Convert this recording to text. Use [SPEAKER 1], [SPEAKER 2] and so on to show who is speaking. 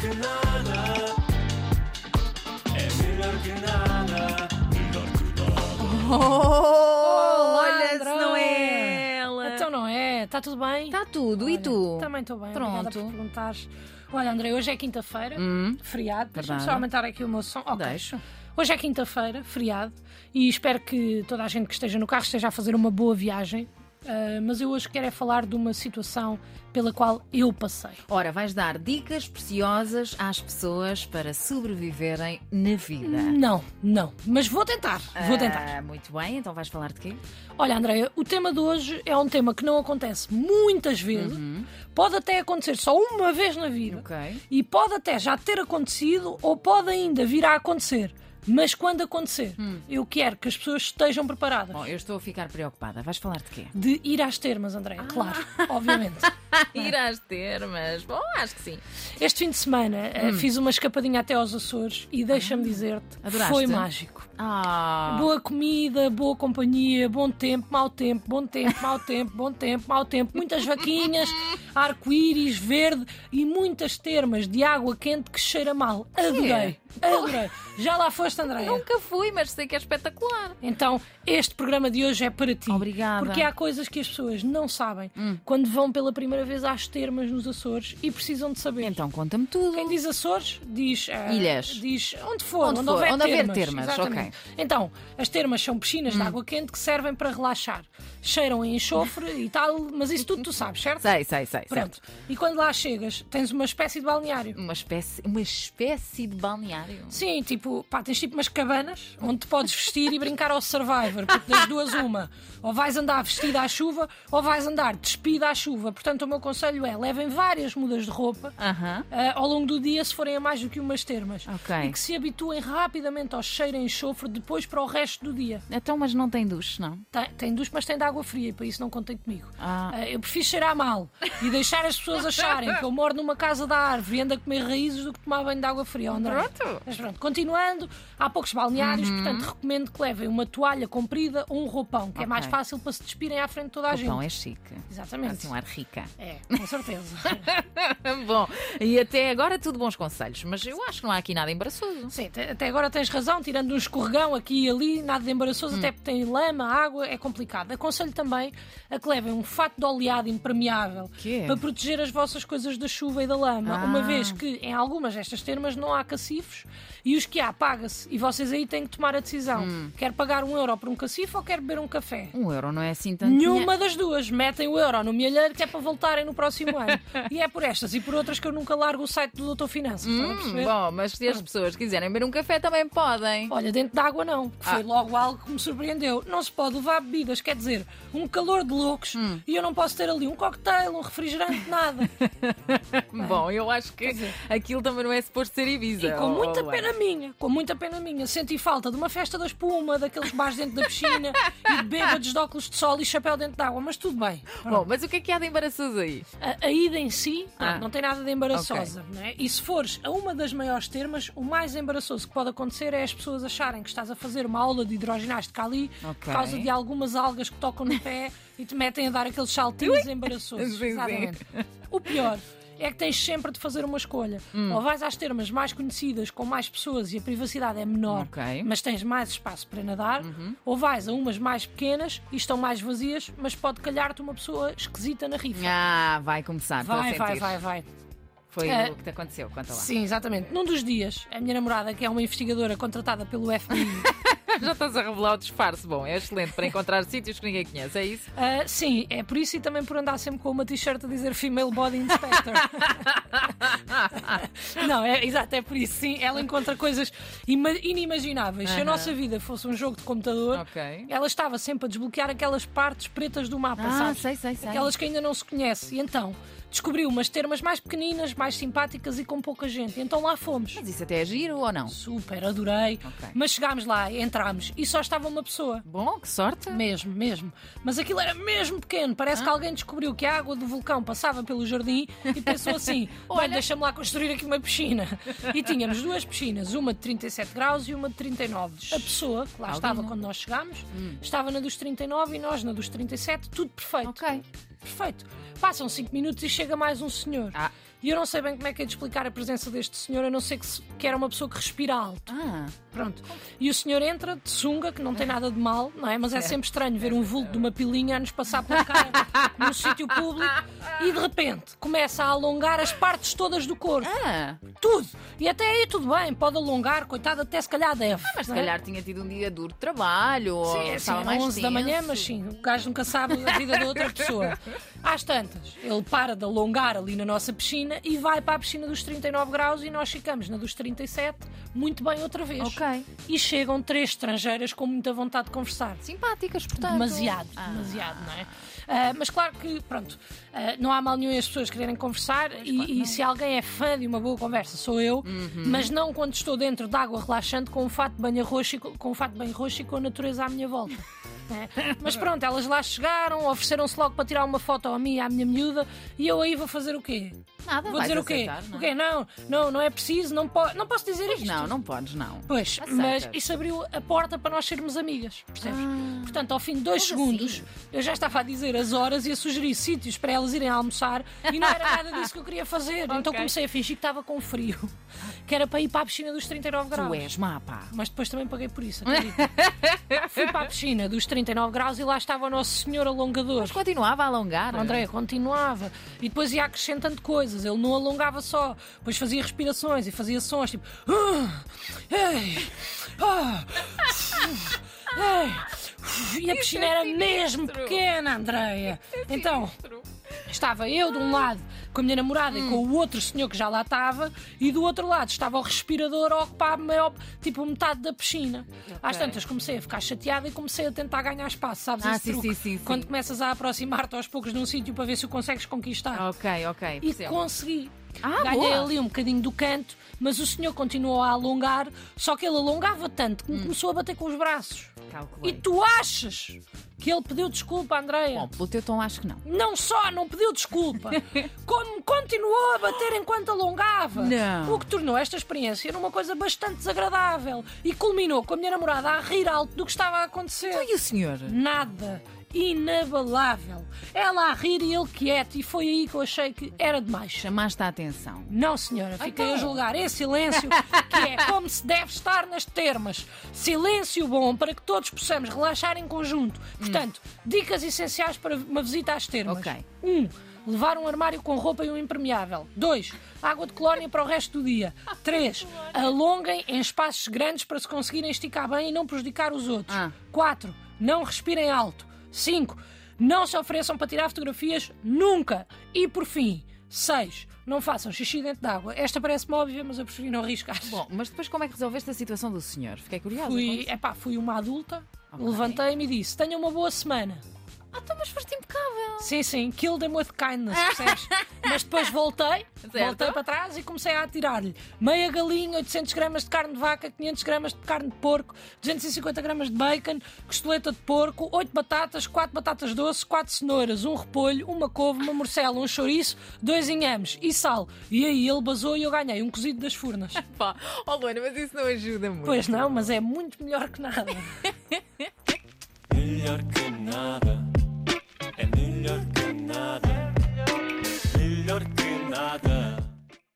[SPEAKER 1] que nada. É melhor que nada. Melhor que nada.
[SPEAKER 2] Oh, olha se
[SPEAKER 3] ladrão!
[SPEAKER 2] não é ela.
[SPEAKER 3] Então não é? Está tudo bem?
[SPEAKER 2] Está tudo, e
[SPEAKER 3] Olha, tá
[SPEAKER 2] tu?
[SPEAKER 3] Também estou bem.
[SPEAKER 2] Tá Pronto.
[SPEAKER 3] Obrigada por perguntares. Olha, André, hoje é quinta-feira,
[SPEAKER 2] Hum,
[SPEAKER 3] feriado. Deixa-me
[SPEAKER 2] Verdade.
[SPEAKER 3] só aumentar aqui o meu som. Ok.
[SPEAKER 2] Deixo.
[SPEAKER 3] Hoje é quinta-feira, feriado, e espero que toda a gente que esteja no carro esteja a fazer uma boa viagem. Ah, mas eu hoje quero é falar de uma situação pela qual eu passei.
[SPEAKER 2] Ora, vais dar dicas preciosas às pessoas para sobreviverem na vida.
[SPEAKER 3] Não, não, mas vou tentar, Hum, vou tentar.
[SPEAKER 2] Ah, muito bem, então vais falar de quê?
[SPEAKER 3] Olha, Andreia, o tema de hoje é um tema que não acontece muitas vezes, pode até acontecer só uma vez na vida,
[SPEAKER 2] Uhum. Ok.
[SPEAKER 3] e pode até já ter acontecido ou pode ainda vir a acontecer. Mas quando acontecer,
[SPEAKER 2] Hum.
[SPEAKER 3] eu quero que as pessoas estejam preparadas.
[SPEAKER 2] Bom, eu estou a ficar preocupada. Vais falar de quê?
[SPEAKER 3] De ir às termas, Andréia,
[SPEAKER 2] Ah.
[SPEAKER 3] claro, obviamente.
[SPEAKER 2] Ir às termas. Bom, acho que sim.
[SPEAKER 3] Este fim de semana eh,
[SPEAKER 2] Hum.
[SPEAKER 3] fiz uma escapadinha até aos Açores e deixa-me dizer-te,
[SPEAKER 2] Ah, Adoraste?
[SPEAKER 3] foi mágico.
[SPEAKER 2] Ah,
[SPEAKER 3] Boa comida, boa companhia, bom tempo, mau tempo, bom tempo, mau tempo, bom tempo, mau tempo. Muitas vaquinhas, arco-íris, verde e muitas termas de água quente que cheira mal.
[SPEAKER 2] é?
[SPEAKER 3] Adorei, adorei. Já lá foste, Andréia?
[SPEAKER 4] Nunca fui, mas sei que é espetacular.
[SPEAKER 3] Então, este programa de hoje é para ti.
[SPEAKER 2] Obrigada. Hum.
[SPEAKER 3] Porque há coisas que as pessoas não sabem quando vão pela primeira vez às termas nos Açores e precisam de saber.
[SPEAKER 2] então conta-me tudo.
[SPEAKER 3] Quem diz Açores, diz. ah,
[SPEAKER 2] Ilhas.
[SPEAKER 3] Diz onde for,
[SPEAKER 2] Onde
[SPEAKER 3] onde,
[SPEAKER 2] for,
[SPEAKER 3] houver
[SPEAKER 2] onde haver
[SPEAKER 3] termas.
[SPEAKER 2] termas, Hum.
[SPEAKER 3] Exatamente. Então, as termas são piscinas de água quente que servem para relaxar. Cheiram a enxofre e tal, mas isso tudo tu sabes, certo?
[SPEAKER 2] Sei, sei, sei.
[SPEAKER 3] Pronto. E quando lá chegas, tens uma espécie de balneário.
[SPEAKER 2] Uma espécie, uma espécie de balneário.
[SPEAKER 3] Sim, tipo, pá, tens tipo umas cabanas onde te podes vestir e brincar ao Survivor, porque das duas uma. Ou vais andar vestida à chuva, ou vais andar despida à chuva. Portanto, o meu conselho é, levem várias mudas de roupa
[SPEAKER 2] Aham.
[SPEAKER 3] ah, ao longo do dia, se forem a mais do que umas termas.
[SPEAKER 2] Ok.
[SPEAKER 3] E que se habituem rapidamente ao cheiro a enxofre depois para o resto do dia.
[SPEAKER 2] Então, mas não tem duche, não?
[SPEAKER 3] Tem, tem duche, mas tem de água fria, e para isso não contem comigo.
[SPEAKER 2] Ah.
[SPEAKER 3] Ah, eu prefiro cheirar mal e deixar as pessoas acharem que eu moro numa casa da árvore e ando a comer raízes do que tomar banho de água fria. André.
[SPEAKER 4] Pronto.
[SPEAKER 3] Mas pronto, continuando, há poucos balneários,
[SPEAKER 2] Uhum.
[SPEAKER 3] portanto recomendo que levem uma toalha comprida ou um roupão, que é mais
[SPEAKER 2] Ok.
[SPEAKER 3] fácil para se despirem à frente de toda a
[SPEAKER 2] O
[SPEAKER 3] gente.
[SPEAKER 2] pão é chique.
[SPEAKER 3] Exatamente.
[SPEAKER 2] Assim, um ar rica.
[SPEAKER 3] É, com certeza.
[SPEAKER 2] Bom, e até agora tudo bons conselhos, mas eu acho que não há aqui nada embaraçoso.
[SPEAKER 3] Sim, te- até agora tens razão, tirando um escorregão aqui e ali, nada de
[SPEAKER 2] Hum.
[SPEAKER 3] embaraçoso, até porque tem lama, água, é complicado. Aconselho também a que levem um fato de oleado impermeável
[SPEAKER 2] Quê?
[SPEAKER 3] para proteger as vossas coisas da chuva e da lama,
[SPEAKER 2] Ah.
[SPEAKER 3] uma vez que em algumas destas termas não há cacifos e os que há paga-se e vocês aí têm que tomar a decisão.
[SPEAKER 2] Hum.
[SPEAKER 3] Quer pagar um euro por um cacifo ou quer beber um café?
[SPEAKER 2] Um euro não é assim tanto.
[SPEAKER 3] Nenhuma das duas. Metem o euro no milheiro que é para voltarem no próximo ano. E é por estas e por outras que eu nunca largo o site do Doutor Finanças. estás a
[SPEAKER 2] Hum,
[SPEAKER 3] perceber?
[SPEAKER 2] bom, mas se as pessoas quiserem beber um café também podem.
[SPEAKER 3] Olha, dentro da água não. Foi logo algo que me surpreendeu. Não se pode levar bebidas, quer dizer, um calor de loucos e eu não posso ter ali um cocktail, um refrigerante, nada.
[SPEAKER 2] Bom, eu acho que aquilo também não é suposto ser Ibiza.
[SPEAKER 3] E com
[SPEAKER 2] ou-
[SPEAKER 3] muita
[SPEAKER 2] ou é.
[SPEAKER 3] pena minha, com muita pena minha, senti falta de uma festa da espuma, daqueles bares dentro da piscina e de bêbados de óculos de sol e chapéu dentro d'água, mas tudo bem.
[SPEAKER 2] Bom, mas o que é que há de embaraçoso aí?
[SPEAKER 3] A, a ida em si não,
[SPEAKER 2] Ah.
[SPEAKER 3] não tem nada de embaraçosa. não é? E se fores a uma das maiores termas, o mais embaraçoso que pode acontecer é as pessoas acharem que estás a fazer uma aula de hidroginástica ali
[SPEAKER 2] Ok.
[SPEAKER 3] por causa de algumas algas que tocam no pé e te metem a dar aqueles saltinhos embaraçosos.
[SPEAKER 2] Sim, sim.
[SPEAKER 3] Exatamente. O pior. É que tens sempre de fazer uma escolha.
[SPEAKER 2] Hum.
[SPEAKER 3] Ou vais às termas mais conhecidas, com mais pessoas e a privacidade é menor,
[SPEAKER 2] Ok. Uhum.
[SPEAKER 3] mas tens mais espaço para nadar, ou vais a umas mais pequenas e estão mais vazias, mas pode calhar-te uma pessoa esquisita na rifa.
[SPEAKER 2] Ah, vai começar, estou a
[SPEAKER 3] Vai, vai,
[SPEAKER 2] sentir.
[SPEAKER 3] vai, vai.
[SPEAKER 2] Foi
[SPEAKER 3] É.
[SPEAKER 2] o que te aconteceu, conta lá.
[SPEAKER 3] Sim, exatamente. Num dos dias, a minha namorada, que é uma investigadora contratada pelo FBI,
[SPEAKER 2] Já estás a revelar o disfarce. Bom, é excelente para encontrar sítios que ninguém conhece, é isso?
[SPEAKER 3] ah, sim, é por isso e também por andar sempre com uma t-shirt a dizer Female Body Inspector. Não, é, exato, é por isso, sim. Ela encontra coisas ima- inimagináveis. Se a nossa vida fosse um jogo de computador,
[SPEAKER 2] Ok.
[SPEAKER 3] ela estava sempre a desbloquear aquelas partes pretas do mapa,
[SPEAKER 2] Ah,
[SPEAKER 3] sabes?
[SPEAKER 2] sei, sei, sei.
[SPEAKER 3] Aquelas que ainda não se conhece. E então, descobriu umas termas mais pequeninas, mais simpáticas e com pouca gente. Então lá fomos.
[SPEAKER 2] Mas isso até é giro ou não?
[SPEAKER 3] Super, adorei.
[SPEAKER 2] Ok.
[SPEAKER 3] Mas chegámos lá, entrámos e só estava uma pessoa.
[SPEAKER 2] Bom, que sorte.
[SPEAKER 3] Mesmo, mesmo. Mas aquilo era mesmo pequeno. Parece que alguém descobriu que a água do vulcão passava pelo jardim e pensou assim: olha, deixa-me lá construir aqui uma piscina. E tínhamos duas piscinas, uma de 37 graus e uma de 39. A pessoa que lá estava quando nós chegámos
[SPEAKER 2] Hum.
[SPEAKER 3] estava na dos 39 e nós na dos 37, tudo perfeito.
[SPEAKER 2] Ok.
[SPEAKER 3] Perfeito. Passam 5 minutos e chega mais um senhor.
[SPEAKER 2] Ah.
[SPEAKER 3] E eu não sei bem como é que é de explicar a presença deste senhor, a não ser que, se- que era uma pessoa que respira alto.
[SPEAKER 2] Ah,
[SPEAKER 3] Pronto. E o senhor entra de sunga, que não tem nada de mal, não é? Mas é sempre estranho ver um vulto de uma pilinha a nos passar pela cara num sítio público e de repente começa a alongar as partes todas do corpo.
[SPEAKER 2] ah.
[SPEAKER 3] Tudo! E até aí tudo bem, pode alongar, coitado, até se calhar deve.
[SPEAKER 2] Mas se
[SPEAKER 3] não é?
[SPEAKER 2] calhar tinha tido um dia duro de trabalho ou
[SPEAKER 3] Sim, é sim,
[SPEAKER 2] estava
[SPEAKER 3] às
[SPEAKER 2] mais
[SPEAKER 3] 11 da manhã,
[SPEAKER 2] tenso.
[SPEAKER 3] mas sim, o gajo nunca sabe a vida da outra pessoa. Às tantas, ele para de alongar ali na nossa piscina e vai para a piscina dos 39 graus e nós ficamos na dos 37, muito bem outra vez.
[SPEAKER 2] Ok.
[SPEAKER 3] E chegam três estrangeiras com muita vontade de conversar.
[SPEAKER 2] Simpáticas, portanto.
[SPEAKER 3] Demasiado,
[SPEAKER 2] Ah.
[SPEAKER 3] demasiado, não é? Ah, mas claro que, pronto, ah, não há mal nenhum em as pessoas quererem conversar e, e se alguém é fã de uma boa conversa, sou eu,
[SPEAKER 2] Uhum.
[SPEAKER 3] mas não quando estou dentro de água relaxante com um fato de banho roxo e co- com um fato de banho roxo e com a natureza à minha volta. né? Mas pronto, elas lá chegaram, ofereceram-se logo para tirar uma foto a mim e à minha miúda, e eu aí vou fazer o quê?
[SPEAKER 2] Nada,
[SPEAKER 3] Vou
[SPEAKER 2] vais
[SPEAKER 3] dizer o quê?
[SPEAKER 2] aceitar, não é?
[SPEAKER 3] O quê? Não, não, não é preciso, não, po não posso dizer
[SPEAKER 2] Pois
[SPEAKER 3] isto.
[SPEAKER 2] não, não podes, não.
[SPEAKER 3] Pois,
[SPEAKER 2] Aceitas.
[SPEAKER 3] mas isso abriu a porta para nós sermos amigas, percebes? Portanto, ao fim de dois segundos, eu já estava a dizer as horas e a sugerir sítios para elas irem almoçar e não era nada disso que eu queria fazer. Então comecei a fingir que estava com frio, que era para ir para a piscina dos 39 graus.
[SPEAKER 2] Tu é. és má, pá.
[SPEAKER 3] Mas depois também paguei por isso, acredita? Fui para a piscina dos 39 graus e lá estava o nosso senhor alongador.
[SPEAKER 2] Mas continuava a alongar.
[SPEAKER 3] André continuava. E depois ia acrescentando coisas. Ele não alongava só. Depois fazia respirações e fazia sons tipo. "Ah, ei, ah, ei". E a piscina era mesmo pequena, Andréia. Então, estava eu de um lado com a minha namorada e com o outro senhor que já lá estava, e do outro lado estava o respirador a ocupar a maior, tipo metade da piscina. Às tantas comecei a ficar chateada e comecei a tentar ganhar espaço, sabes?
[SPEAKER 2] Ah,
[SPEAKER 3] esse
[SPEAKER 2] sim,
[SPEAKER 3] truque?
[SPEAKER 2] sim, sim, sim.
[SPEAKER 3] Quando começas a aproximar-te aos poucos de um sítio para ver se o consegues conquistar.
[SPEAKER 2] Ok, ok.
[SPEAKER 3] E
[SPEAKER 2] percebo.
[SPEAKER 3] consegui.
[SPEAKER 2] Ah,
[SPEAKER 3] Ganhei
[SPEAKER 2] boa.
[SPEAKER 3] ali um bocadinho do canto, mas o senhor continuou a alongar, só que ele alongava tanto que me começou a bater com os braços.
[SPEAKER 2] Hum. Calculei.
[SPEAKER 3] E tu achas que ele pediu desculpa, Andréia?
[SPEAKER 2] Bom, pelo teu tom acho que não.
[SPEAKER 3] Não só não pediu desculpa, como continuou a bater enquanto alongava.
[SPEAKER 2] Não.
[SPEAKER 3] O que tornou esta experiência numa coisa bastante desagradável e culminou com a minha namorada a rir alto do que estava a acontecer.
[SPEAKER 2] E o senhor?
[SPEAKER 3] Nada. Inabalável. Ela a rir e ele quieto. E foi aí que eu achei que era demais.
[SPEAKER 2] Chamaste a atenção.
[SPEAKER 3] Não, senhora, fiquei
[SPEAKER 2] Então.
[SPEAKER 3] a julgar em silêncio, que é como se deve estar nas termas. Silêncio bom para que todos possamos relaxar em conjunto.
[SPEAKER 2] Hum.
[SPEAKER 3] Portanto, dicas essenciais para uma visita às termas.
[SPEAKER 2] Ok.
[SPEAKER 3] Um, levar um armário com roupa e um impermeável. Dois, Água de colónia para o resto do dia. Três, Alonguem em espaços grandes para se conseguirem esticar bem e não prejudicar os outros.
[SPEAKER 2] Ah.
[SPEAKER 3] Quatro, Não respirem alto. Cinco, Não se ofereçam para tirar fotografias nunca. E por fim, seis, Não façam xixi dentro de água. Esta parece-me óbvia, mas eu preferi não arriscar.
[SPEAKER 2] Bom, mas depois como é que resolveste a situação do senhor? Fiquei curiosa.
[SPEAKER 3] fui, epá, fui uma adulta, levantei-me e disse: Tenha uma boa semana.
[SPEAKER 2] Ah, então, mas foste impecável.
[SPEAKER 3] Sim, sim, kill them with kindness, percebes? Mas depois voltei, voltei para trás e comecei a atirar-lhe meia galinha, 800 gramas de carne de vaca, 500 gramas de carne de porco, 250 gramas de bacon, costeleta de porco, 8 batatas, 4 batatas doces, 4 cenouras, um repolho, uma couve, uma morcela, um chouriço, dois inhames e sal. E aí ele basou e eu ganhei um cozido das furnas.
[SPEAKER 2] Pá, oh Luana, mas isso não ajuda muito.
[SPEAKER 3] Pois não, mas é muito melhor que nada.
[SPEAKER 1] Melhor que nada.